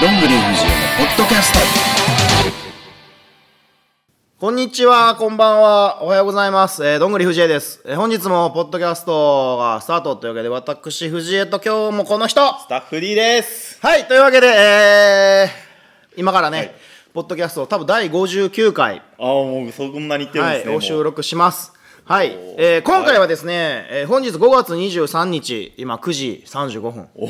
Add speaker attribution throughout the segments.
Speaker 1: どんぐり藤枝のポッドキャスト
Speaker 2: こんにちは、こんばんは、おはようございます。えー、どんぐり藤江です。えー、本日もポッドキャストがスタートというわけで、私、藤江と今日もこの人は
Speaker 3: スタッフ D です。
Speaker 2: い、というわけで、えー、今からね、ポッドキャスト、多分第59回、
Speaker 3: ああ、もうそんなに言ってるん
Speaker 2: は
Speaker 3: で
Speaker 2: い
Speaker 3: すね。、も
Speaker 2: を
Speaker 3: う
Speaker 2: 収録します。はい、えー、今回はですね、えー本日5月23日、今9時35分、
Speaker 3: お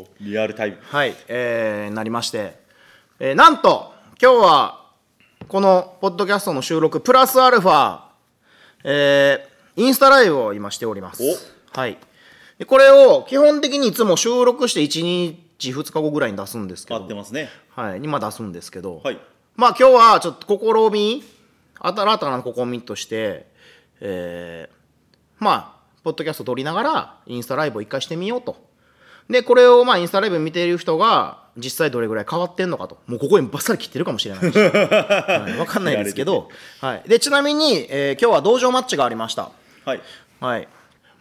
Speaker 3: お、リアルタイム。
Speaker 2: はい、えー、なりまして、えー、なんと、今日は、このポッドキャストの収録、プラスアルファ、えー、インスタライブを今しております。はい。でこれを、基本的にいつも収録して1日、2日後ぐらいに出すんですけ
Speaker 3: 合っ
Speaker 2: ど
Speaker 3: て、ますね。
Speaker 2: はい、今出すんですけど、
Speaker 3: はい。
Speaker 2: まあ今日はちょっと試み、新たな試みとして、えーまあ、ポッドキャスト撮りながら、インスタライブを一回してみようと。で、これをまあインスタライブ見ている人が、実際どれぐらい変わってんのかと。もうここにバッサリ切ってるかもしれ ないし。はいわかんないですけど。はい。で、ちなみに、えー今日は道場マッチがありました。
Speaker 3: はい。
Speaker 2: はい。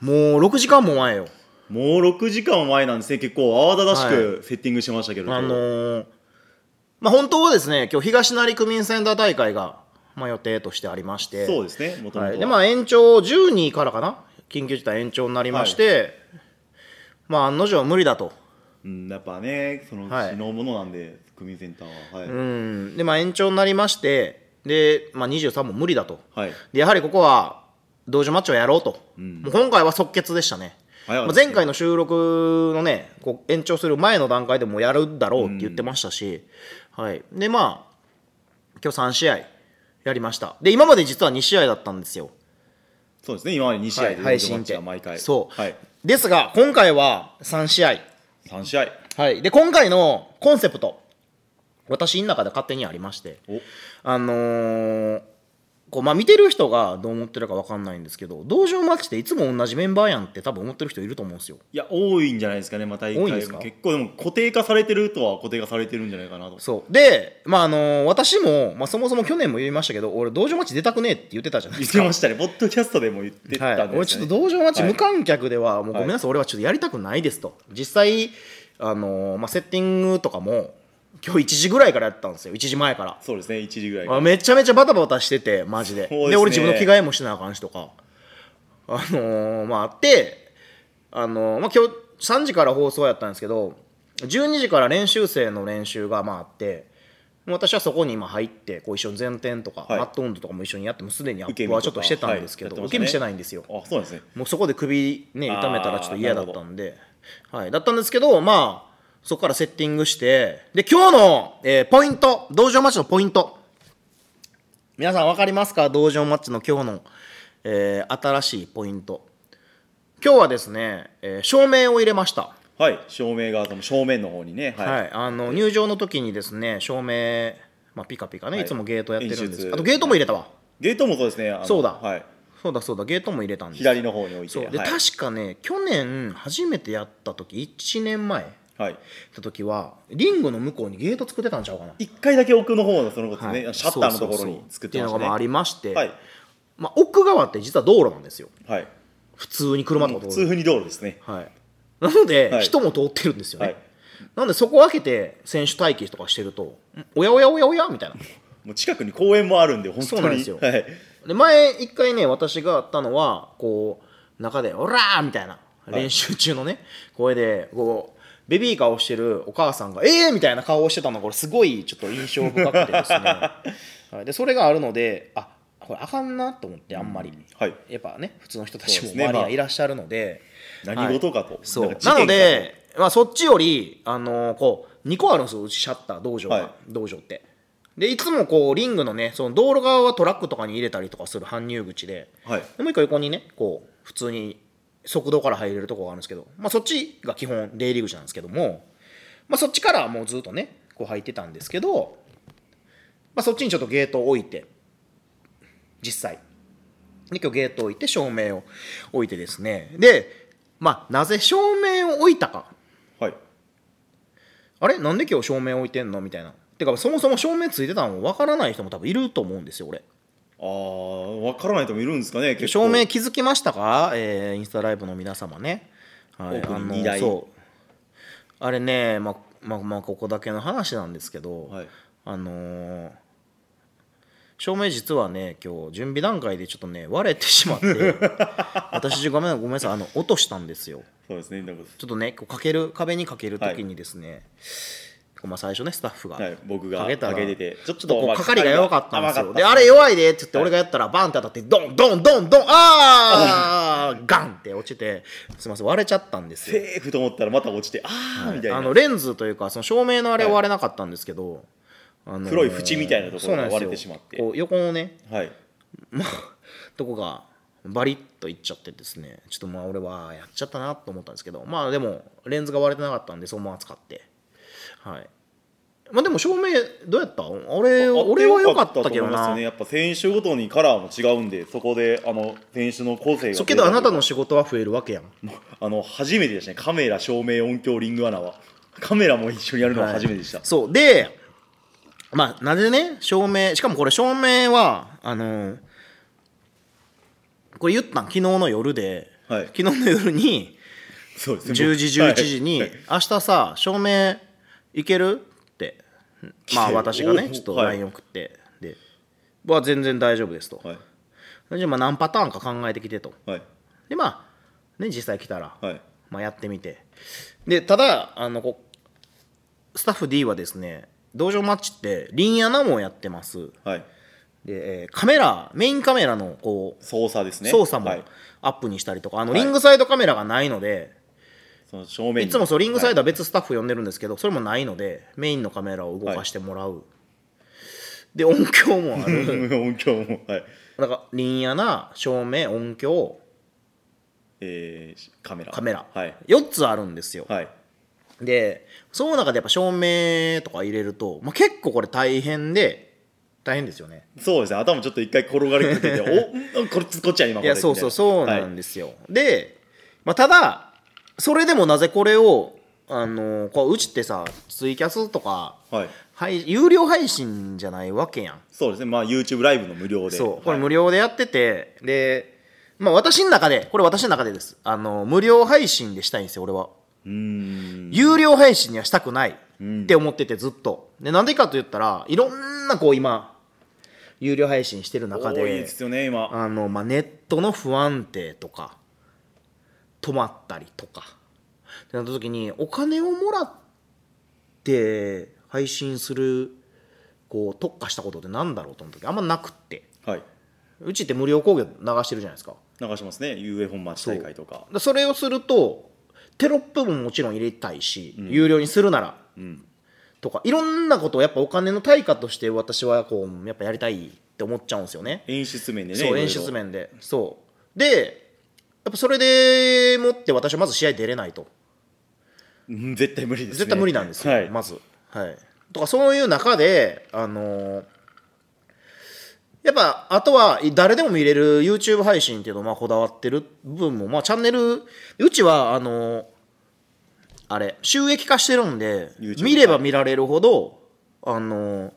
Speaker 2: もう6時間も前よ。
Speaker 3: もう6時間も前なんですね。結構慌ただし
Speaker 2: は
Speaker 3: くセッティングしましたけど。
Speaker 2: あのーまあ本当はですね、今日東成区民センター大会が、まあ予定としてありまして。
Speaker 3: そうですね。もとも
Speaker 2: はい、
Speaker 3: と。
Speaker 2: でまあ延長10人からかな緊急事態延長になりまして、まあ案の定無理だと
Speaker 3: うん、やっぱね、その
Speaker 2: はい
Speaker 3: 死のものなんで、区民センターは。はい。
Speaker 2: うんでまあ延長になりましてで、まあ、23も無理だと
Speaker 3: はい。
Speaker 2: でやはりここは道場マッチをやろうと、もう今回は即決でしたね、
Speaker 3: 早か
Speaker 2: まあ、
Speaker 3: ったですね
Speaker 2: 前回の収録のねこう延長する前の段階でもうやるだろうって言ってましたし、はい、でまあ今日3試合やりましたで今まで実は2試合だったんですよ
Speaker 3: そうですね。今まで2試合
Speaker 2: は
Speaker 3: で
Speaker 2: い、配信
Speaker 3: マ
Speaker 2: っ
Speaker 3: ッチ
Speaker 2: て
Speaker 3: が毎回。
Speaker 2: そう、
Speaker 3: はい。
Speaker 2: ですが今回は3試合
Speaker 3: 3試合。
Speaker 2: はい、で今回のコンセプト私の中で勝手にありまして
Speaker 3: お
Speaker 2: あのーこうまあ、見てる人がどう思ってるか分かんないんですけど道場マッチっていつも同じメンバーやんって多分思ってる人いると思うんですよ
Speaker 3: いや、多いんじゃないですかね。また一
Speaker 2: 多いんです
Speaker 3: 回
Speaker 2: か
Speaker 3: も。結構でも固定化されてるとは固定化されてるんじゃないかなと。
Speaker 2: そうで、まああのー私も、まあ、そもそも去年も言いましたけど俺道場マッチ出たくねえって言ってたじゃないで
Speaker 3: 言っ
Speaker 2: す
Speaker 3: て
Speaker 2: か
Speaker 3: ましたね。ポッドキャストでも言って
Speaker 2: は
Speaker 3: た
Speaker 2: い
Speaker 3: んですよ、ね。
Speaker 2: 俺ちょっと道場マッチ
Speaker 3: はい
Speaker 2: 無観客ではもうご
Speaker 3: はい
Speaker 2: めんなさい、俺はちょっとやりたくないですと実際、あのーまあ、セッティングとかも今日1時ぐらいからやったんですよ1時前から
Speaker 3: そうですね。1時ぐらいから
Speaker 2: あめちゃめちゃバタバタしててマジで
Speaker 3: そう
Speaker 2: で,、
Speaker 3: ですね
Speaker 2: 俺自分の着替えもしなあかんしとかあのー、まああってあのー、まあ今日3時から放送やったんですけど12時から練習生の練習がまああって私はそこに今入ってこう一緒に前転とか、
Speaker 3: はい
Speaker 2: マット運動とかも一緒にやってもうすでにアッ
Speaker 3: 受け
Speaker 2: プ
Speaker 3: 身
Speaker 2: はちょっとしてたんですけど、受け身してないんですよ
Speaker 3: あそうなんですね
Speaker 2: もうそこで首ね痛めたらちょっと嫌だったんで、はい、だったんですけどまあそこからセッティングしてで今日の、えーポイント道場マッチのポイント皆さん分かりますか道場マッチの今日の、えー新しいポイント今日はですね、えー照明を入れました
Speaker 3: はい照明がその正面の方にねはい、
Speaker 2: はい、あの入場の時にですね照明、まあ、ピカピカね、
Speaker 3: はい
Speaker 2: い、つもゲートやってるんで
Speaker 3: 演
Speaker 2: す
Speaker 3: 出
Speaker 2: あとゲートも入れたわ
Speaker 3: ゲートもそうですねあの
Speaker 2: そうだ
Speaker 3: はい
Speaker 2: そうだそうだゲートも入れたんです
Speaker 3: 左の方に置いて
Speaker 2: そうで、
Speaker 3: はい、
Speaker 2: 確かね去年初めてやった時1年前やっ
Speaker 3: はい
Speaker 2: た時はリングの向こうにゲート作ってたんちゃうかな、
Speaker 3: 一回だけ奥の方のそのこと
Speaker 2: は
Speaker 3: ね、
Speaker 2: い
Speaker 3: シャッターのところ
Speaker 2: そうそう
Speaker 3: に
Speaker 2: そう
Speaker 3: 作っ
Speaker 2: って
Speaker 3: て
Speaker 2: いう
Speaker 3: ま
Speaker 2: のが
Speaker 3: したね
Speaker 2: まあありまして、
Speaker 3: はい
Speaker 2: まあ、奥側って実は道路なんですよ
Speaker 3: はい
Speaker 2: 普通に車とか
Speaker 3: 普
Speaker 2: 通る、
Speaker 3: 通に道路ですね
Speaker 2: はい、なので、
Speaker 3: はい
Speaker 2: 人も通ってるんですよね、
Speaker 3: はい
Speaker 2: なのでそこを開けて選手待機とかしてるとおやおやおやおやみたいな
Speaker 3: もう近くに公園もあるんで本当に
Speaker 2: そうなんですよ
Speaker 3: はい
Speaker 2: で前一回ね私があったのはこう中で「オラー!」みたいない練習中のね、声でこうベビーカーをしてるお母さんが「えー!」みたいな顔をしてたのがこれすごいちょっと印象深くてです ね、はい、でそれがあるのであこれあかんなと思ってあんまり、
Speaker 3: はい
Speaker 2: やっぱね普通の人たちも
Speaker 3: そうです
Speaker 2: 周
Speaker 3: ね
Speaker 2: りに
Speaker 3: ま
Speaker 2: は
Speaker 3: あ
Speaker 2: いらっしゃるので、
Speaker 3: 何事かと、
Speaker 2: そう
Speaker 3: んか事件
Speaker 2: な
Speaker 3: か
Speaker 2: ので、まあ、そっちより、あのーこう2個あるんですようちシャッター道場が、
Speaker 3: はい
Speaker 2: 道場ってでいつもこうリングのねその道路側はトラックとかに入れたりとかする搬入口で
Speaker 3: はい
Speaker 2: でもう一個横にねこう普通に側道から入れるとこがあるんですけど、まあ、そっちが基本出入り口なんですけども、まあ、そっちからはもうずっとねこう入ってたんですけど、まあ、そっちにちょっとゲートを置いて実際で今日ゲートを置いて照明を置いてですねで、まあ、なぜ照明を置いたか
Speaker 3: はい
Speaker 2: あれなんで今日照明置いてんのみたいなてかそもそも照明ついてたのもわからない人も多分いると思うんですよ俺
Speaker 3: あー分からない人もいるんですかね結
Speaker 2: 照
Speaker 3: 構
Speaker 2: 明気づきましたか、えーインスタライブの皆様ね、はい、
Speaker 3: 奥に
Speaker 2: あの
Speaker 3: 荷台
Speaker 2: そうあれね、まあ、まあまあここだけの話なんですけど、
Speaker 3: はい
Speaker 2: あのー照明実はね今日準備段階でちょっとね割れてしまって 私ごめんごめんなさいあの落としたんですよ
Speaker 3: そうですねなんか
Speaker 2: ちょっとねこうかける壁にかける時にですね、まあ、最初ねスタッフが、
Speaker 3: はい僕が
Speaker 2: かけたら
Speaker 3: かけてて
Speaker 2: ちょっとこ
Speaker 3: ま
Speaker 2: う
Speaker 3: あ
Speaker 2: 係が弱かったんです
Speaker 3: 甘か
Speaker 2: よ
Speaker 3: った
Speaker 2: であれ弱いでって言って
Speaker 3: はい
Speaker 2: 俺がやったらバンって当たってドンドンドン ドンあーガンって落ちてすいません割れちゃったんですよ
Speaker 3: セーフと思ったらまた落ちてああ みたいな
Speaker 2: あのレンズというかその照明のあれは割れなかったんですけど、あのー
Speaker 3: 黒い縁みたいなところが
Speaker 2: そうなんですよ
Speaker 3: 割れてしまって
Speaker 2: こう横のね
Speaker 3: はい
Speaker 2: まあとこがバリッといっちゃってですねちょっとまあ俺はやっちゃったなと思ったんですけどまあでもレンズが割れてなかったんでそのまま使ってはいまあでも照明どうやった俺俺は良かったけどな
Speaker 3: あってよかったと思いますよねやっぱ選手ごとにカラーも違うんでそこであの選手の個性が
Speaker 2: そうけどあなたの
Speaker 3: 出
Speaker 2: 仕事は増えるわけやん
Speaker 3: たというかあの初めてでしたねカメラ照明音響リングアナはカメラも一緒にやるのは初めてでした、
Speaker 2: そうでまあなぜね照明しかもこれ照明はあのーこれ言ったん昨日の夜で、
Speaker 3: はい
Speaker 2: 昨日の夜に
Speaker 3: そう ですね
Speaker 2: 10時11時に
Speaker 3: はい
Speaker 2: 「明日さ照明行ける?」ってまあ
Speaker 3: 来て
Speaker 2: 私がね
Speaker 3: お
Speaker 2: ちょっと
Speaker 3: はい
Speaker 2: LINE 送ってで「は全然大丈夫です」と
Speaker 3: はい
Speaker 2: じゃあまあ何パターンか考えてきてと
Speaker 3: はい
Speaker 2: でまあね実際来たら
Speaker 3: はい
Speaker 2: まあやってみてでただあのこうスタッフ D はですね道場マッチってリンアナもやってます
Speaker 3: はい
Speaker 2: でえーカメラメインカメラのこう
Speaker 3: 操作ですね
Speaker 2: 操作
Speaker 3: は
Speaker 2: も
Speaker 3: い、
Speaker 2: アップにしたりとかあの
Speaker 3: はい
Speaker 2: リングサイドカメラがないので、
Speaker 3: その正面
Speaker 2: い
Speaker 3: に
Speaker 2: つもそうリングサイドは別スタッフ呼んでるんですけど、それもないのでメインのカメラを動かしてもらう、で音響もあ
Speaker 3: はい
Speaker 2: る
Speaker 3: 音響もはい
Speaker 2: なんかリンやな照明音響
Speaker 3: えー、カメラ
Speaker 2: カメラ、
Speaker 3: はい
Speaker 2: 4つあるんですよ、
Speaker 3: はい
Speaker 2: でその中でやっぱ照明とか入れると、まあ、結構これ大変で大変ですよね
Speaker 3: そうですね頭ちょっと一回転がりかけてて おんこっちこっちや今
Speaker 2: いやそうそうそうな
Speaker 3: で
Speaker 2: んですよ、で、まあ、ただそれでもなぜこれをあのこううちってさツイキャスとか、
Speaker 3: はい、
Speaker 2: はい、有料配信じゃないわけやん
Speaker 3: そうですね、まあ、YouTube ライブの無料で、
Speaker 2: そうこれ無
Speaker 3: 料、
Speaker 2: 料でやってて、で、まあ、私の中でこれ私の中でですあの無料配信でしたいんですよ俺は、
Speaker 3: うーん、
Speaker 2: 有料配信にはしたくない
Speaker 3: うん
Speaker 2: って思っててずっとでなんでかと言ったらいろんなこう今有料配信してる中
Speaker 3: 多いで
Speaker 2: です
Speaker 3: よね、今、
Speaker 2: あの、まあ、ネットの不安定とか止まったりとかってなった時にお金をもらって配信するこう特化したことってなんだろうと思った時あんまなくって。
Speaker 3: はいう
Speaker 2: ちって無料工業流してるじゃないですか
Speaker 3: 流しますね、UA 本町大会とか、
Speaker 2: でそれをするとテロップももちろん入れたいし、有料にするなら、
Speaker 3: ん
Speaker 2: とかいろんなことをやっぱお金の対価として私はこうやっぱやりたいって思っちゃうんですよね
Speaker 3: 演出面でね、い
Speaker 2: そう
Speaker 3: ろいろ
Speaker 2: 演出、面でそうでやっぱそれでもって私はまず試合出れないと
Speaker 3: うん絶対無理です、ね、
Speaker 2: 絶対無理なんですよ、
Speaker 3: はい
Speaker 2: まず、はい、とかそういう中であのーやっぱあとは誰でも見れる YouTube 配信っていうのをまあこだわってる部分もまあチャンネルうちはあのーあれ収益化してるんで
Speaker 3: YouTube
Speaker 2: 見れば見られるほどあのー
Speaker 3: はい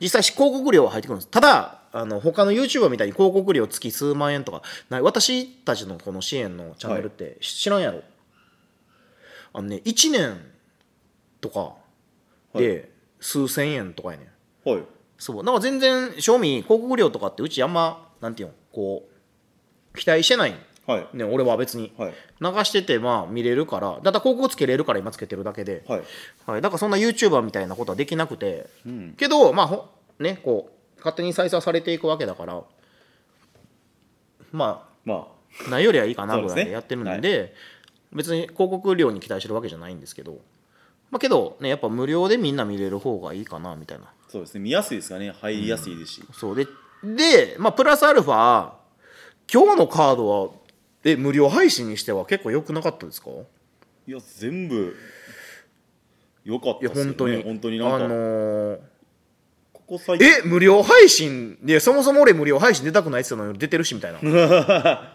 Speaker 2: 実際広告料は入ってくるんですただあの他の YouTuber みたいに広告料月数万円とかない私たちのこの支援のチャンネルって知らんやろ、あのね1年とかで数千円とかやねん
Speaker 3: はい、
Speaker 2: そうなんか全然賞味広告料とかってうちあんまなんていうのこう期待してない
Speaker 3: はい、
Speaker 2: ねん俺は別に、
Speaker 3: はい
Speaker 2: 流しててまあ見れるからだから広告つけれるから今つけてるだけで、
Speaker 3: はい、
Speaker 2: はい、だからそんな YouTuber みたいなことはできなくて、けどまあほねこう勝手に再生されていくわけだからま
Speaker 3: ま
Speaker 2: あないよりはいいかな
Speaker 3: そう
Speaker 2: ぐ
Speaker 3: ですね
Speaker 2: らいでやってるんで別に広告料に期待してるわけじゃないんですけどまあけどねやっぱ無料でみんな見れる方がいいかなみたいな
Speaker 3: あ、そうですね、見やすいですかね、入りやすいですし、
Speaker 2: そうででまあプラスアルファ今日のカードはえ無料配信にしては結構良くなかったですか
Speaker 3: いや、全部、よかっ
Speaker 2: い
Speaker 3: た
Speaker 2: や
Speaker 3: ですよね、
Speaker 2: 本当に
Speaker 3: 本当になんか、
Speaker 2: あのー
Speaker 3: ここ最近、
Speaker 2: え無料配信でそもそも俺無料配信出たくないっつったのに出てるしみたいな は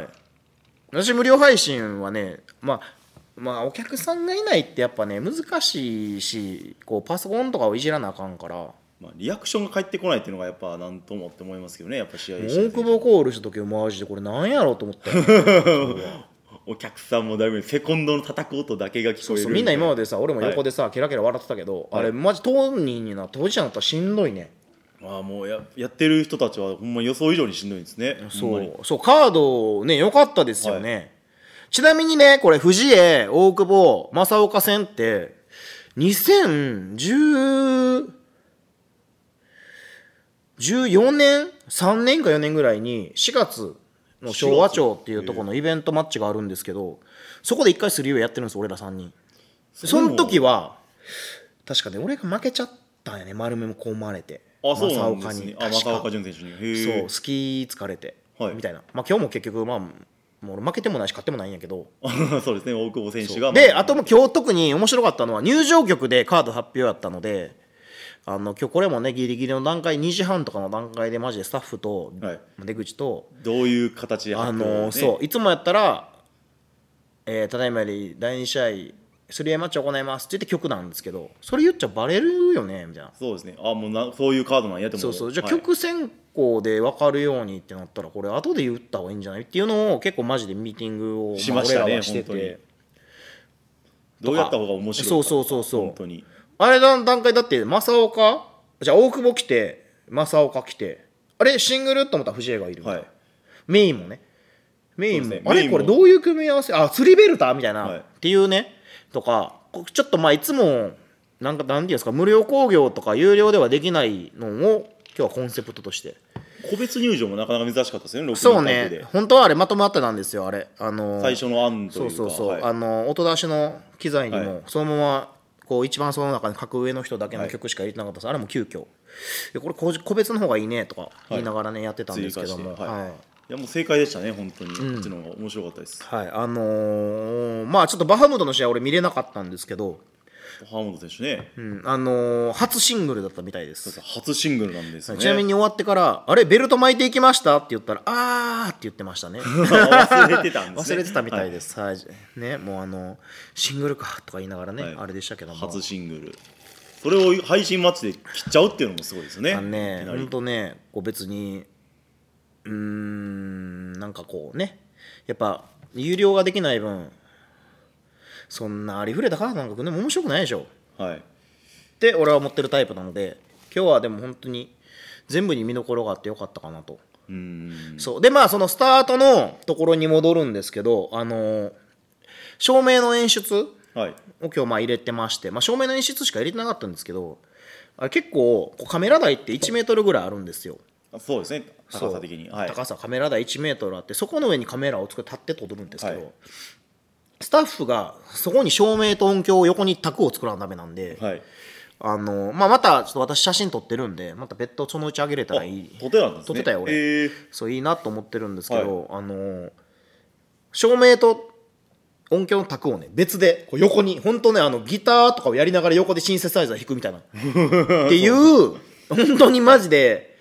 Speaker 2: い私無料配信はねまあまあお客さんがいないってやっぱね難しいしこうパソコンとかをいじらなあかんからも
Speaker 3: まあ、リアクションが返ってこないっていうのが、やっぱ、なんともって思いますけどね、やっぱ試合
Speaker 2: う
Speaker 3: して
Speaker 2: 大久保コールした時マジでこれなんやろうと思ったよ
Speaker 3: あお客さんもだいぶセコンドの叩く音だけが聞こえる
Speaker 2: そうそうみんな今までさ俺も横でさ、ケラケラ笑ってたけど、
Speaker 3: はい
Speaker 2: あれマジ当人になって当事者になったらしんどいね
Speaker 3: ああもうややってる人たちはほんま予想以上にしんどいんですねほん
Speaker 2: そ
Speaker 3: まに
Speaker 2: うそうカードね良かったですよね、ちなみにねこれ藤江大久保正岡戦って2014年3年か4年ぐらいに4月の昭和町っていうところのイベントマッチがあるんですけどそこで1回するようやってるんです俺ら3人その時は確かね俺が負けちゃったんやね丸めもこうまれて
Speaker 3: あそうなんですね
Speaker 2: 正確
Speaker 3: あ
Speaker 2: か
Speaker 3: 正岡潤選手にへ
Speaker 2: そ
Speaker 3: え
Speaker 2: う、スキー疲れて、
Speaker 3: はい
Speaker 2: みたいな。まあ今日も結局、まあ、もう俺負けてもないし勝ってもないんやけど。
Speaker 3: そうそうですね大久保選手が
Speaker 2: で、
Speaker 3: ま
Speaker 2: あともう今日特に面白かったのは入場曲でカード発表やったので、あの、今日これもね、ギリギリの段階、2時半とかの段階でマジでスタッフと、
Speaker 3: はい
Speaker 2: 出口と、
Speaker 3: どういう形で
Speaker 2: あ
Speaker 3: 発表を
Speaker 2: の
Speaker 3: ね
Speaker 2: そう、いつもやったら、えーただいまより第2試合、スリーマッチを行いますって言って曲なんですけど、それ言っちゃバレるよね、みたいな。
Speaker 3: そうですねあもうなそういうカードなんやっても
Speaker 2: そうそうじゃあ
Speaker 3: はい
Speaker 2: 曲選考で分かるようにってなったらこれ後で言った方がいいんじゃないっていうのを結構マジでミーティングをあ
Speaker 3: しましたね
Speaker 2: 俺らはして
Speaker 3: 本当に
Speaker 2: て
Speaker 3: どうやった方が面白いか
Speaker 2: そうそうそうそう
Speaker 3: 本当に
Speaker 2: あれの段階だって正岡じゃあ大久保来て正岡来てあれシングルと思ったら藤江がいる、
Speaker 3: はい
Speaker 2: メインもねメイン
Speaker 3: そう
Speaker 2: も、
Speaker 3: ですね
Speaker 2: あ
Speaker 3: メイ
Speaker 2: れ
Speaker 3: ン
Speaker 2: こ
Speaker 3: も
Speaker 2: れどういう組み合わせあ釣りベルターみたいな、
Speaker 3: はい
Speaker 2: っていうねとかこちょっとまあいつもなんかなんていうんですか無料興行とか有料ではできないのを今日はコンセプトとして
Speaker 3: 個別入場もなかなか珍しかったですよね6人
Speaker 2: そう
Speaker 3: タイプ
Speaker 2: ね
Speaker 3: で
Speaker 2: 本当はあれまとまってたんですよあれあのー
Speaker 3: 最初の案というか
Speaker 2: そうそうそう、
Speaker 3: はい
Speaker 2: あの音出しの機材に
Speaker 3: は
Speaker 2: もそのままこう一番その中に格上の人だけの曲しか入れてなかったです、あれも急遽でこれ個個別の方がいいねとか言いながらね、やってたんですけども
Speaker 3: 追加してはい
Speaker 2: はい
Speaker 3: いやもう正解でしたね本当に、こっちの方が面白かったです
Speaker 2: はいあのーまあちょっとバハムドの試合俺見れなかったんですけど、
Speaker 3: 浜本選手ね、
Speaker 2: うんあのー初シングルだったみたいです
Speaker 3: 初シングルなんですよね
Speaker 2: ちなみに終わってから「あれベルト巻いていきました?」って言ったら「あー」って言ってま したね
Speaker 3: 忘れてたんです、ね、
Speaker 2: 忘れてたみたい
Speaker 3: は
Speaker 2: です、はいね、もうあのシングルかとか言いながらね、
Speaker 3: はい
Speaker 2: あれでしたけども
Speaker 3: 初シングルそれを配信マッチで切っちゃうっていうのもすごいですよね
Speaker 2: あのね
Speaker 3: いきなり
Speaker 2: 本当ねこう別にうーんなんかこうねやっぱ有料ができない分そんなありふれたカードなんかね面白くないでしょ
Speaker 3: はい
Speaker 2: って俺は思ってるタイプなので今日はでも本当に全部に見どころがあってよかったかなと
Speaker 3: うーん
Speaker 2: そうでまあそのスタートのところに戻るんですけどあの照明の演出
Speaker 3: はい
Speaker 2: を今日まあ入れてまして、まあ、照明の演出しか入れてなかったんですけどあれ結構こうカメラ台って1メートルぐらいあるんですよ
Speaker 3: あそうですね高さ的に
Speaker 2: そう
Speaker 3: はい
Speaker 2: 高さカメラ台1メートルあってそこの上にカメラを作って立って撮るんですけど、
Speaker 3: はい
Speaker 2: スタッフがそこに照明と音響を横に卓を作らなダメなんで、
Speaker 3: はい
Speaker 2: あのまあ、またちょっと私写真撮ってるんでまた別途そのうち上げれたらいい
Speaker 3: あ撮ってたんですね
Speaker 2: 撮ってたよ俺、
Speaker 3: えー
Speaker 2: そういいなと思ってるんですけど、あの照明と音響の卓をね別でこう横に本当ねあのギターとかをやりながら横でシンセサイザー弾くみ たいなっていう本当にマジで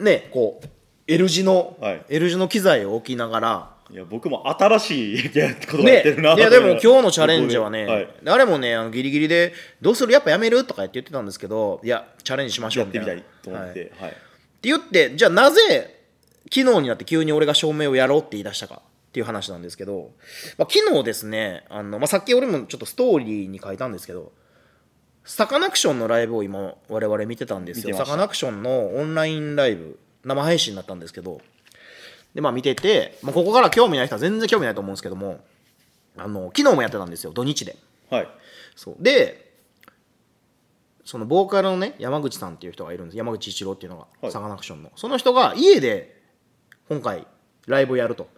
Speaker 2: ねこう L 字の、
Speaker 3: はい
Speaker 2: L 字の機材を置きながら
Speaker 3: いや僕も新しいやことや
Speaker 2: ね、
Speaker 3: ってるない
Speaker 2: やでも今日のチャレンジはね、
Speaker 3: はい
Speaker 2: あれもねあのギリギリで「どうするやっぱやめる?」とか言って言ってたんですけど「いやチャレンジしましょ
Speaker 3: や
Speaker 2: う」
Speaker 3: っ
Speaker 2: み
Speaker 3: て
Speaker 2: たい
Speaker 3: み
Speaker 2: な
Speaker 3: たいと思っ
Speaker 2: はいって
Speaker 3: はい
Speaker 2: 言ってじゃあなぜ昨日になって急に俺が照明をやろうって言い出したかっていう話なんですけど、まあ、昨日ですねあの、まあ、さっき俺もちょっとストーリーに書いたんですけどサカナクションのライブを今我々見てたんです
Speaker 3: 見
Speaker 2: よサ
Speaker 3: てました
Speaker 2: カナクションのオンラインライブ生配信だったんですけどでまあ見てて、まあ、ここから興味ない人は全然興味ないと思うんですけどもあの昨日もやってたんですよ土日で
Speaker 3: はい
Speaker 2: そうでそのボーカルのね山口さんっていう人がいるんです山口一郎っていうの
Speaker 3: は
Speaker 2: が
Speaker 3: い
Speaker 2: サカナクションのその人が家で今回ライブをやると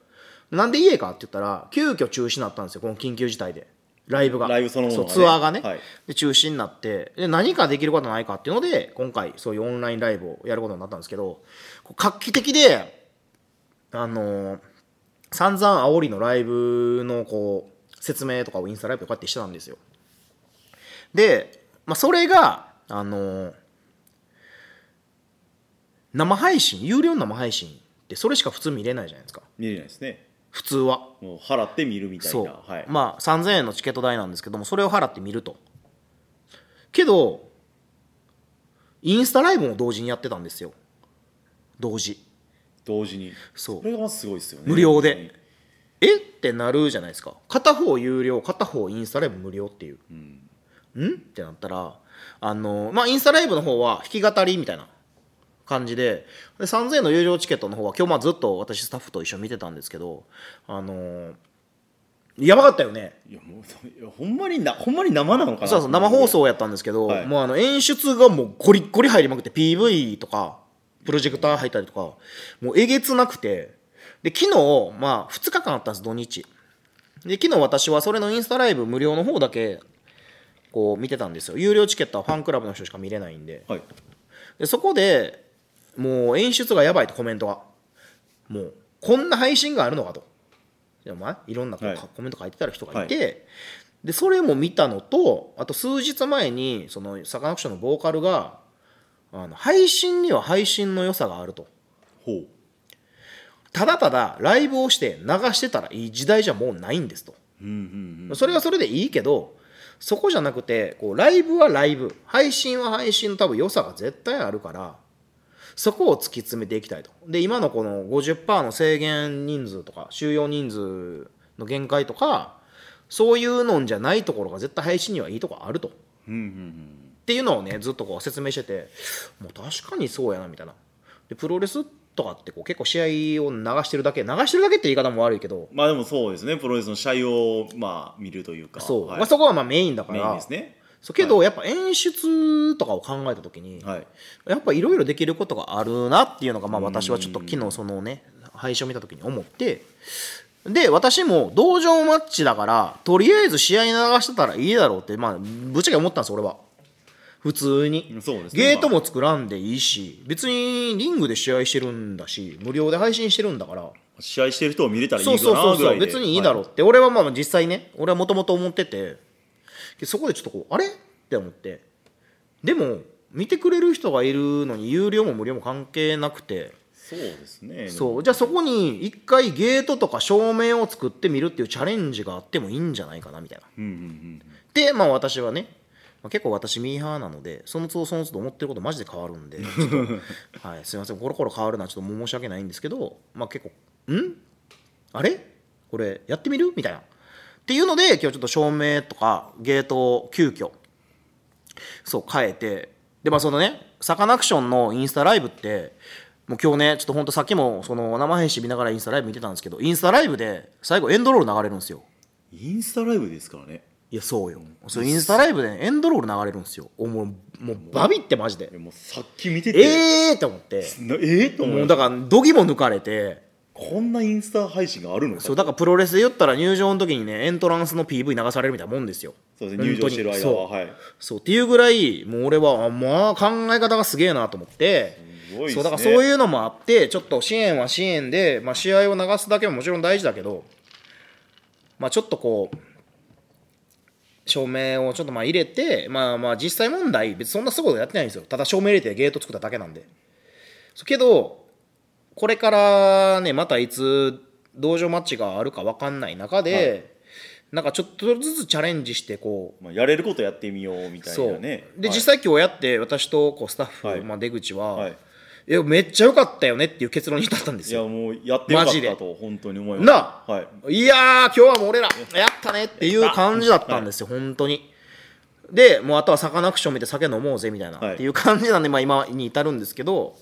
Speaker 2: なんで家かって言ったら急遽中止になったんですよこの緊急事態でライブが
Speaker 3: ライブそのものがね
Speaker 2: そうツアーがね、
Speaker 3: はい
Speaker 2: で中止になってで何かできることないかっていうので今回そういうオンラインライブをやることになったんですけどこう画期的であのー散々煽りのライブのこう説明とかをインスタライブでこうやってしてたんですよで、まあ、それがあのー生配信有料の生配信ってそれしか普通見れないじゃないですか
Speaker 3: 見れないですね
Speaker 2: 普通は
Speaker 3: もう払って見るみたいな
Speaker 2: そう、
Speaker 3: はい
Speaker 2: まあ3000円のチケット代なんですけどもそれを払って見るとけどインスタライブも同時にやってたんですよ同時
Speaker 3: 同時に
Speaker 2: そう
Speaker 3: これがまずすごいですよね
Speaker 2: 無料でえってなるじゃないですか片方有料片方インスタライブ無料っていう、んってなったらあのまあインスタライブの方は弾き語りみたいな感じでで3000円の有料チケットの方は今日まあずっと私スタッフと一緒に見てたんですけどあのやばかったよね
Speaker 3: いやもうそいやほんまになほんまに生なのかな
Speaker 2: そうそう生放送やったんですけど、
Speaker 3: はい
Speaker 2: もうあの演出がもうゴリッゴリ入りまくって PV とかプロジェクター入ったりとかもうえげつなくてで昨日まあ2日間あったんです土日で昨日私はそれのインスタライブ無料の方だけこう見てたんですよ有料チケットはファンクラブの人しか見れないんで
Speaker 3: はい
Speaker 2: でそこでもう演出がやばいとコメントがもうこんな配信があるのかとでまあいろんなこう、
Speaker 3: はい
Speaker 2: コメント書いてた人がいて、でそれも見たのとあと数日前にそのサカナクションのボーカルがあの配信には配信の良さがあると
Speaker 3: ほう
Speaker 2: ただただライブをして流してたらいい時代じゃもうないんですと。
Speaker 3: うんうん
Speaker 2: それはそれでいいけどそこじゃなくてこうライブはライブ配信は配信の多分良さが絶対あるからそこを突き詰めていきたいとで今のこの50%の制限人数とか収容人数の限界とかそういうのんじゃないところが絶対配信にはいいとこあると
Speaker 3: うんうんうん
Speaker 2: っていうのをねずっとこう説明しててもう確かにそうやなみたいなでプロレスとかってこう結構試合を流してるだけ流してるだけって言い方も悪いけど
Speaker 3: まあでもそうですねプロレスの試合をまあ見るというか
Speaker 2: そう、
Speaker 3: はい
Speaker 2: まあ、そこはまあメインだか
Speaker 3: メ
Speaker 2: ら
Speaker 3: インですね
Speaker 2: そうけどやっぱ演出とかを考えた時に、
Speaker 3: はい
Speaker 2: やっぱいろいろできることがあるなっていうのがまあ私はちょっと昨日そのね配信を見た時に思ってで私も同情マッチだからとりあえず試合流してたらいいだろうってまあぶっちゃけ思ったんです俺は普通に
Speaker 3: うんそうですね
Speaker 2: ゲートも作らんでいいし別にリングで試合してるんだし無料で配信してるんだから
Speaker 3: 試合してる人を見れたらいいか
Speaker 2: そうそうそ
Speaker 3: な
Speaker 2: う
Speaker 3: ぐら
Speaker 2: そう
Speaker 3: いで
Speaker 2: 別にいいだろう
Speaker 3: は
Speaker 2: って、俺はまあ実際ね俺はもともと思っててそこでちょっとこうあれって思ってでも見てくれる人がいるのに有料も無料も関係なくて
Speaker 3: そうですね
Speaker 2: そうじゃあそこに一回ゲートとか照明を作ってみるっていうチャレンジがあってもいいんじゃないかなみたいな
Speaker 3: うんうんうん
Speaker 2: でまあ私はねまあ結構私ミーハーなのでその都度その都度思ってることマジで変わるんでちょっとはい、すいませんコロコロ変わるのはちょっと申し訳ないんですけど、まあ、結構「んあれこれやってみる?」みたいな。っていうので今日ちょっと照明とかゲートを急遽そう変えてでまあそのねサカナクションのインスタライブってもう今日ねちょっとほんとさっきもその生配信見ながらインスタライブ見てたんですけどインスタライブで最後エンドロール流れるんですよ。
Speaker 3: インスタライブですからね
Speaker 2: いやそうよ、そうインスタライブでね、エンドロール流れるんですよおもうもうバビってマジで
Speaker 3: いやもうさっき見てて
Speaker 2: ええーって思って
Speaker 3: なえー、と思
Speaker 2: も
Speaker 3: う
Speaker 2: うだから度肝抜かれて
Speaker 3: こんなインスタ配信があるのか
Speaker 2: そうだからプロレスで言ったら入場の時にねエントランスの PV 流されるみたいなもんですよ
Speaker 3: そうですね入場してる間は
Speaker 2: 本当にそう
Speaker 3: はい
Speaker 2: そうっていうぐらいもう俺はあまあ考え方がすげえなと思って
Speaker 3: すごいっす
Speaker 2: そ
Speaker 3: ね
Speaker 2: うだからそういうのもあってちょっと支援は支援で、まあ、試合を流すだけももちろん大事だけど、まあ、ちょっとこう照明をちょっとまあ入れて、まあ、まあ実際問題別にそんなすごいことやってないんですよただ照明入れてゲート作っただけなんでそうけどこれからねまたいつ道場マッチがあるか分かんない中で、なんかちょっとずつチャレンジしてこう
Speaker 3: まあ、やれることやってみようみたい
Speaker 2: そ
Speaker 3: な
Speaker 2: うで
Speaker 3: ね、
Speaker 2: 実
Speaker 3: は
Speaker 2: 際
Speaker 3: い
Speaker 2: 今日やって私とこうスタッフ、
Speaker 3: はい
Speaker 2: まあ、出口は、
Speaker 3: はいい、
Speaker 2: やめっちゃ良かったよねっていう結論に至ったんです
Speaker 3: いや
Speaker 2: よ
Speaker 3: もうやってよか
Speaker 2: マ
Speaker 3: っ
Speaker 2: ジで
Speaker 3: たと本当に思います
Speaker 2: なあ、
Speaker 3: はい、
Speaker 2: い、やー今日はもう俺らやったねっていう感じだったんですよ本当にでもうあとはサカナクション見て酒飲もうぜみたいな、
Speaker 3: はい
Speaker 2: っていう感じなんで、まあ、今に至るんですけど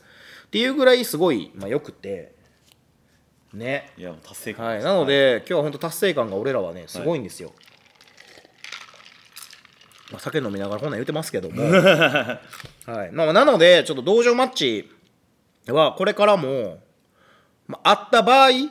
Speaker 2: っていうぐらいすごい、まあ、よくてね
Speaker 3: いやもう達成感、
Speaker 2: はい、なので、今日は本当達成感が俺らはねすごいんですよ、まあ、酒飲みながらこんなん言ってますけ ども、はいまあ、なのでちょっと道場マッチはこれからも、まあ、あった場合、ま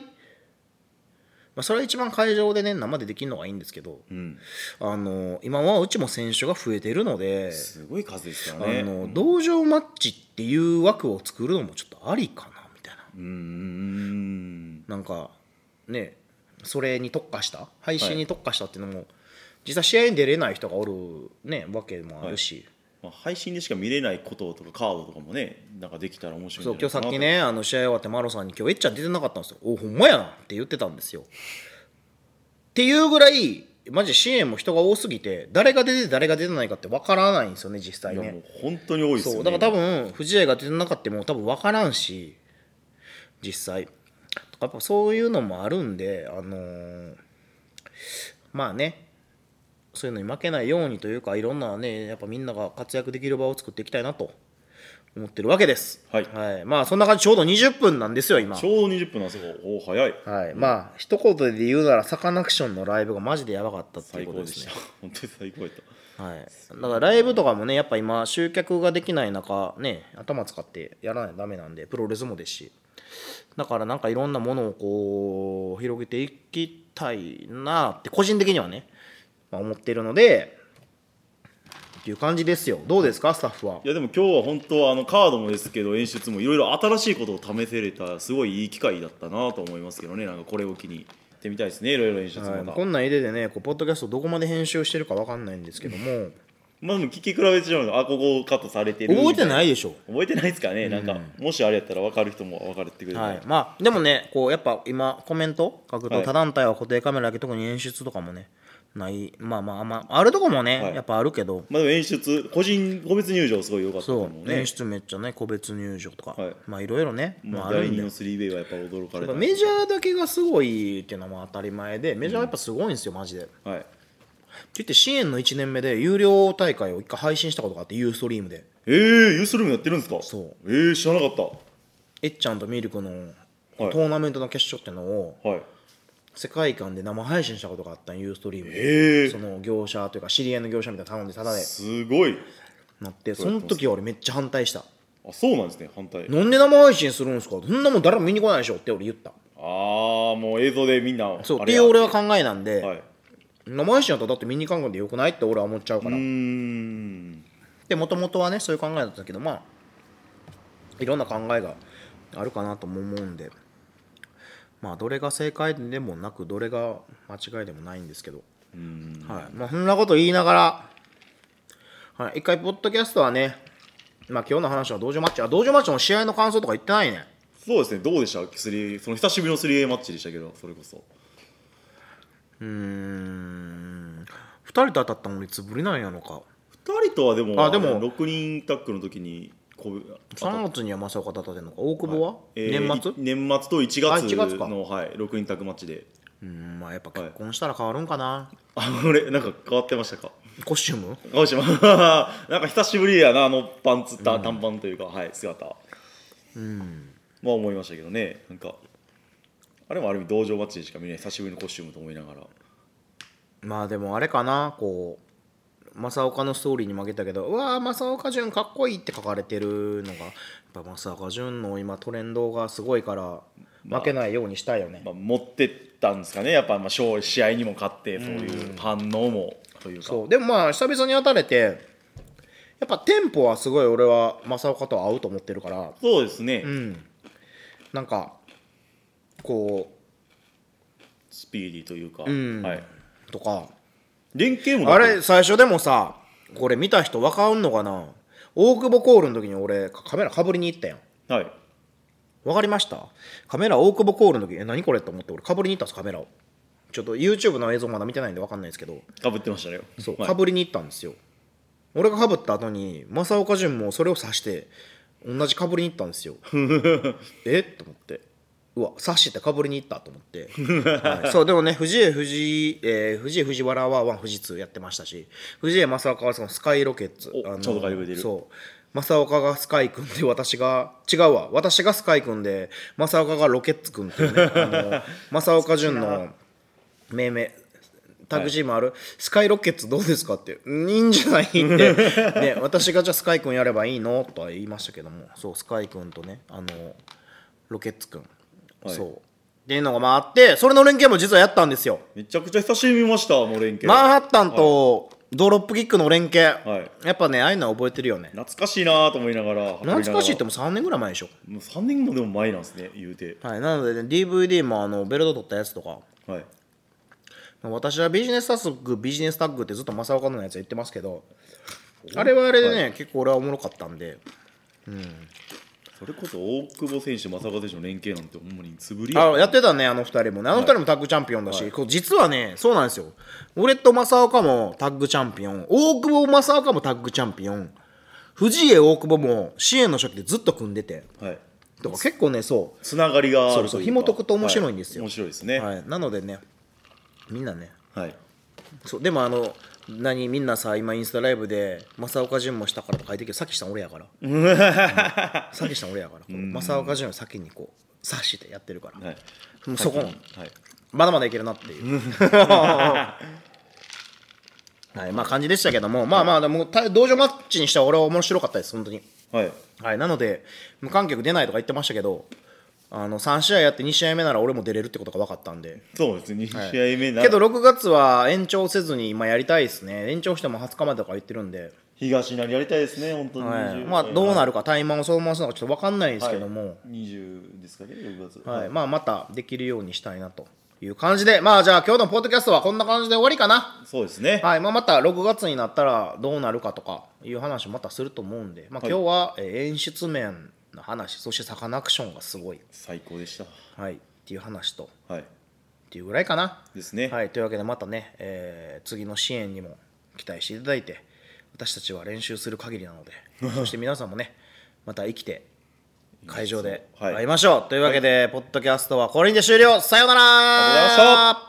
Speaker 2: あ、それは一番会場でね生でできるのがいいんですけど
Speaker 3: うん、
Speaker 2: あの今はうちも選手が増えてるので、
Speaker 3: すごい数ですからね
Speaker 2: あの道場マッチっていう枠を作るのもちょっとありかなみたいな。
Speaker 3: うーん
Speaker 2: なんかねそれに特化した配信に特化したっていうのも、実際試合に出れない人がおる、ね、わけもあるし、
Speaker 3: まあ、配信でしか見れないこととかカードとかもねなんかできたら面白
Speaker 2: そ
Speaker 3: いんじゃ
Speaker 2: う
Speaker 3: ない
Speaker 2: 今日
Speaker 3: か
Speaker 2: さ
Speaker 3: な
Speaker 2: っ
Speaker 3: と
Speaker 2: きねあの試合終わってマロさんに「今日えっちゃん出てなかったんですよ」「おほんまやな」って言ってたんですよ。っていうぐらいマジ支援も人が多すぎて誰が出て誰が出てないかってわからないんですよね実際
Speaker 3: いや
Speaker 2: ね
Speaker 3: もう本当に多いですよ、
Speaker 2: そ
Speaker 3: ね、
Speaker 2: うだから多分藤井が出てなかったも多分分からんし実際だかやっぱそういうのもあるんで、あのーまあねそういうのに負けないようにというかいろんなねやっぱみんなが活躍できる場を作っていきたいなと思ってるわけです
Speaker 3: はい
Speaker 2: まあそんな感じちょうど20分なんですよ今
Speaker 3: ちょうど20分なんですよおお早い
Speaker 2: はい、まあ一言で言うならサカナクションのライブがマジでやばかったってい
Speaker 3: 最
Speaker 2: うこ
Speaker 3: 高
Speaker 2: と
Speaker 3: で
Speaker 2: です
Speaker 3: し
Speaker 2: ね
Speaker 3: た本当に最高やった
Speaker 2: はい、だからライブとかもねやっぱ今集客ができない中ね頭使ってやらないとダメなんでプロレスもですしだからなんかいろんなものをこう広げていきたいなって個人的にはね、まあ、思ってるのでっていう感じですよどうですかスタッフはい
Speaker 3: やでも今日は本当あのカードもですけど演出もいろいろ新しいことを試せれたすごいいい機会だったなと思いますけどねなんかこれを機に行ってみたいですねいろいろ演出も
Speaker 2: はい
Speaker 3: また、
Speaker 2: こんなん入れてねこうポッドキャストどこまで編集してるかわかんないんですけども
Speaker 3: まあでも聞き比べてしまうのあここカットされてる
Speaker 2: 覚えてないいでしょ
Speaker 3: 覚えてないですかね、なんかもしあれやったら分かる人も分かるってくれる、
Speaker 2: はい、まあでもねこうやっぱ今コメント書くと
Speaker 3: はい
Speaker 2: 他団体は固定カメラだけ特に演出とかもねないまあまあまああるとこもね、
Speaker 3: はい
Speaker 2: やっぱあるけど
Speaker 3: まあでも演出個人個別入場すごい良かったと
Speaker 2: そう
Speaker 3: 思、うね
Speaker 2: 演出めっちゃね個別入場とか、
Speaker 3: はい
Speaker 2: まあいろいろね、まあ、
Speaker 3: まあ
Speaker 2: ある
Speaker 3: 第
Speaker 2: ん
Speaker 3: 二
Speaker 2: で
Speaker 3: のスリーベイはやっぱ驚かれた
Speaker 2: メジャーだけがすごいっていうのはまあ当たり前でメジャーはやっぱすごいんですよマジで。って
Speaker 3: はい
Speaker 2: 言って支援の1年目で有料大会を1回配信したことがあってユーストリームで
Speaker 3: えー、ユースルームやってるんですか
Speaker 2: そう
Speaker 3: えー、知らなかった
Speaker 2: えっちゃんとミルクのト
Speaker 3: はい
Speaker 2: ーナメントの決勝っていうのを
Speaker 3: はい
Speaker 2: 世界観で生配信したことがあったんユーストリームで。
Speaker 3: え
Speaker 2: そ
Speaker 3: ー、
Speaker 2: の業者というか知り合いの業者みたいなの頼んでタダです
Speaker 3: ごい
Speaker 2: なってその時は俺めっちゃ反対した
Speaker 3: あそうなんですね反対
Speaker 2: 「なんで生配信するんですか?」そんなもん誰も見に来ないでしょ」って俺言った
Speaker 3: ああもう映像でみんな
Speaker 2: そう
Speaker 3: あ
Speaker 2: って
Speaker 3: れ
Speaker 2: い
Speaker 3: や
Speaker 2: う俺は考えなんで、
Speaker 3: はい、う
Speaker 2: 生配信やったらだって見に行かんくてよくないって俺は思っちゃうから
Speaker 3: ーん
Speaker 2: でもともとはねそういう考えだったけどまあいろんな考えがあるかなとも思うんでまあどれが正解でもなくどれが間違いでもないんですけど
Speaker 3: うん
Speaker 2: はいまあ、そんなこと言いながら、はい、一回、ポッドキャストはね、まあ、今日の話は道場マッチ、あ道場マッチの試合の感想とか言ってないね。
Speaker 3: そうですねどうでしたスリーその久しぶりの 3A マッチでしたけどそれこそ
Speaker 2: うーん、2人と当たったのにつぶりなんやのか、
Speaker 3: 2人とはでも
Speaker 2: あでも
Speaker 3: 6人タックルの時にこう
Speaker 2: 3月には正岡立てんのか、大久保は、
Speaker 3: えー
Speaker 2: 年末
Speaker 3: い年末と1
Speaker 2: あ
Speaker 3: 月
Speaker 2: 1月か
Speaker 3: のはい、6人タッグマッチで
Speaker 2: うん、まあ、やっぱ結婚したら変わるんかな、
Speaker 3: あれなんか変わってましたか
Speaker 2: コスチューム
Speaker 3: 鹿児島 なんか久しぶりやなあのパンツた短パンというか、はい姿うんまあ思いましたけどねなんかあれもある意味道場マッチでしか見ない久しぶりのコスチュームと思いながら
Speaker 2: まあ、でもあれかな、こう。正岡のストーリーに負けたけど「うわー正岡潤かっこいい」って書かれてるのがやっぱ正岡潤の今トレンドがすごいから負けないようにしたいよね、
Speaker 3: まあ、持ってったんですかねやっぱまあ勝試合にも勝ってそういう反応もというか、
Speaker 2: そうでもまあ久々に当たれてやっぱテンポはすごい俺は正岡とは合うと思ってるから
Speaker 3: そうですね、
Speaker 2: うんなんかこ
Speaker 3: スピーディーというか、
Speaker 2: ん
Speaker 3: はい、
Speaker 2: うとか
Speaker 3: 連携も
Speaker 2: あれ最初でもさこれ見た人分かんのかな大久保コールの時に俺カメラかぶりに行ったやん
Speaker 3: はい
Speaker 2: 分かりましたカメラ大久保コールの時え何これと思って俺かぶりに行ったんですカメラをちょっと YouTube の映像まだ見てないんで分かんないですけど
Speaker 3: かぶってましたね
Speaker 2: そう、
Speaker 3: はい
Speaker 2: かぶりに行ったんですよ俺がかぶった後に正岡潤もそれを刺して同じかぶりに行ったんで すよえっと思ってうわ刺してかぶりに行ったと思って、はいそうでもね藤江藤井、えー藤江藤原はワン富士通やってましたし藤江正岡はそのスカイロケッツ
Speaker 3: おちょうどかぶれてる
Speaker 2: そう正岡がスカイ君で私が違うわ私がスカイ君で正岡がロケッツ君っていうねあ の正岡潤の命名タッグチームある、スカイロケッツどうですかってうんいいんじゃない って、ね、私がじゃあスカイ君やればいいのとは言いましたけどもそうスカイ君とねあのロケッツ君、
Speaker 3: はい
Speaker 2: そうっていうのがまああってそれの連携も実はやったんですよ
Speaker 3: めちゃくちゃ久しぶりに見ましたあの連携
Speaker 2: マンハッタンとドロップキックの連携、
Speaker 3: はい
Speaker 2: やっぱねああいうのは覚えてるよね
Speaker 3: 懐かしいなと思いながら
Speaker 2: 懐かしいって
Speaker 3: も
Speaker 2: もう3年ぐらい前でしょ
Speaker 3: う3年もでも前なんですね言うて
Speaker 2: はいなのでね DVD もあのベルト取ったやつとか
Speaker 3: はい
Speaker 2: 私はビジネスタッグビジネスタッグってずっと正岡のやつは言ってますけどあれはあれでね、結構俺はおもろかったんで
Speaker 3: それこそ大久保選手正岡選手の連携なんてほんまにつぶり
Speaker 2: あ
Speaker 3: や
Speaker 2: やってたねあの二人もねあの二人もタッグチャンピオンだし、こう実はねそうなんですよ俺と正岡もタッグチャンピオン大久保正岡もタッグチャンピオン藤江大久保も支援の初期でずっと組んでて
Speaker 3: はい
Speaker 2: とか結構ねそ
Speaker 3: つながりがあるというか
Speaker 2: そうそう紐解くと面白いんですよ
Speaker 3: は面白いです
Speaker 2: う、
Speaker 3: ねは、
Speaker 2: はいい、なのでねみんなね
Speaker 3: はい、
Speaker 2: そうでもあの何みんなさ今インスタライブで「正岡潤もしたから」とか書いてるけど先したん俺やから、うん、 先したん俺やからこう正岡潤を先にこう察してやってるから、もうそこの
Speaker 3: はい、
Speaker 2: まだまだいけるなって いう。はい、まあ感じでしたけども、まあまあ、でも、た同情マッチにしては俺は面白かったです、本当に。
Speaker 3: はい、
Speaker 2: はい、なので、無観客出ないとか言ってましたけど、あの3試合やって2試合目なら俺も出れるってことが分かったんで、
Speaker 3: そうですね2試合目な、
Speaker 2: けど6月は延長せずに今やりたいですね、延長しても20日までとか言ってるんで、
Speaker 3: 東成やりたいですね本当に、
Speaker 2: はい、
Speaker 3: 20
Speaker 2: まあどうなるか、タイマンをそう回すのかちょっと分かんないですけども、
Speaker 3: 20ですかね6月
Speaker 2: はい、まあまたできるようにしたいなという感じで、まあじゃあ、今日のポッドキャストはこんな感じで終わりかな。
Speaker 3: そうですね
Speaker 2: はいまあ、また6月になったらどうなるかとかいう話をまたすると思うんで、まあ、
Speaker 3: はい
Speaker 2: 今日はえー演出面の話そしてサカナクションがすごい、
Speaker 3: 最高でし
Speaker 2: はい、っていう話とった
Speaker 3: はい
Speaker 2: ていうぐらいかな、
Speaker 3: ですね
Speaker 2: はい、というわけでまたね、えー次の支援にも期待していただいて私たちは練習する限りな のでそして皆さんもねまた生きて会場で
Speaker 3: はい
Speaker 2: 会いましょう、というわけで、ポッドキャストはこれにて終了さようなら
Speaker 3: ありがとうございました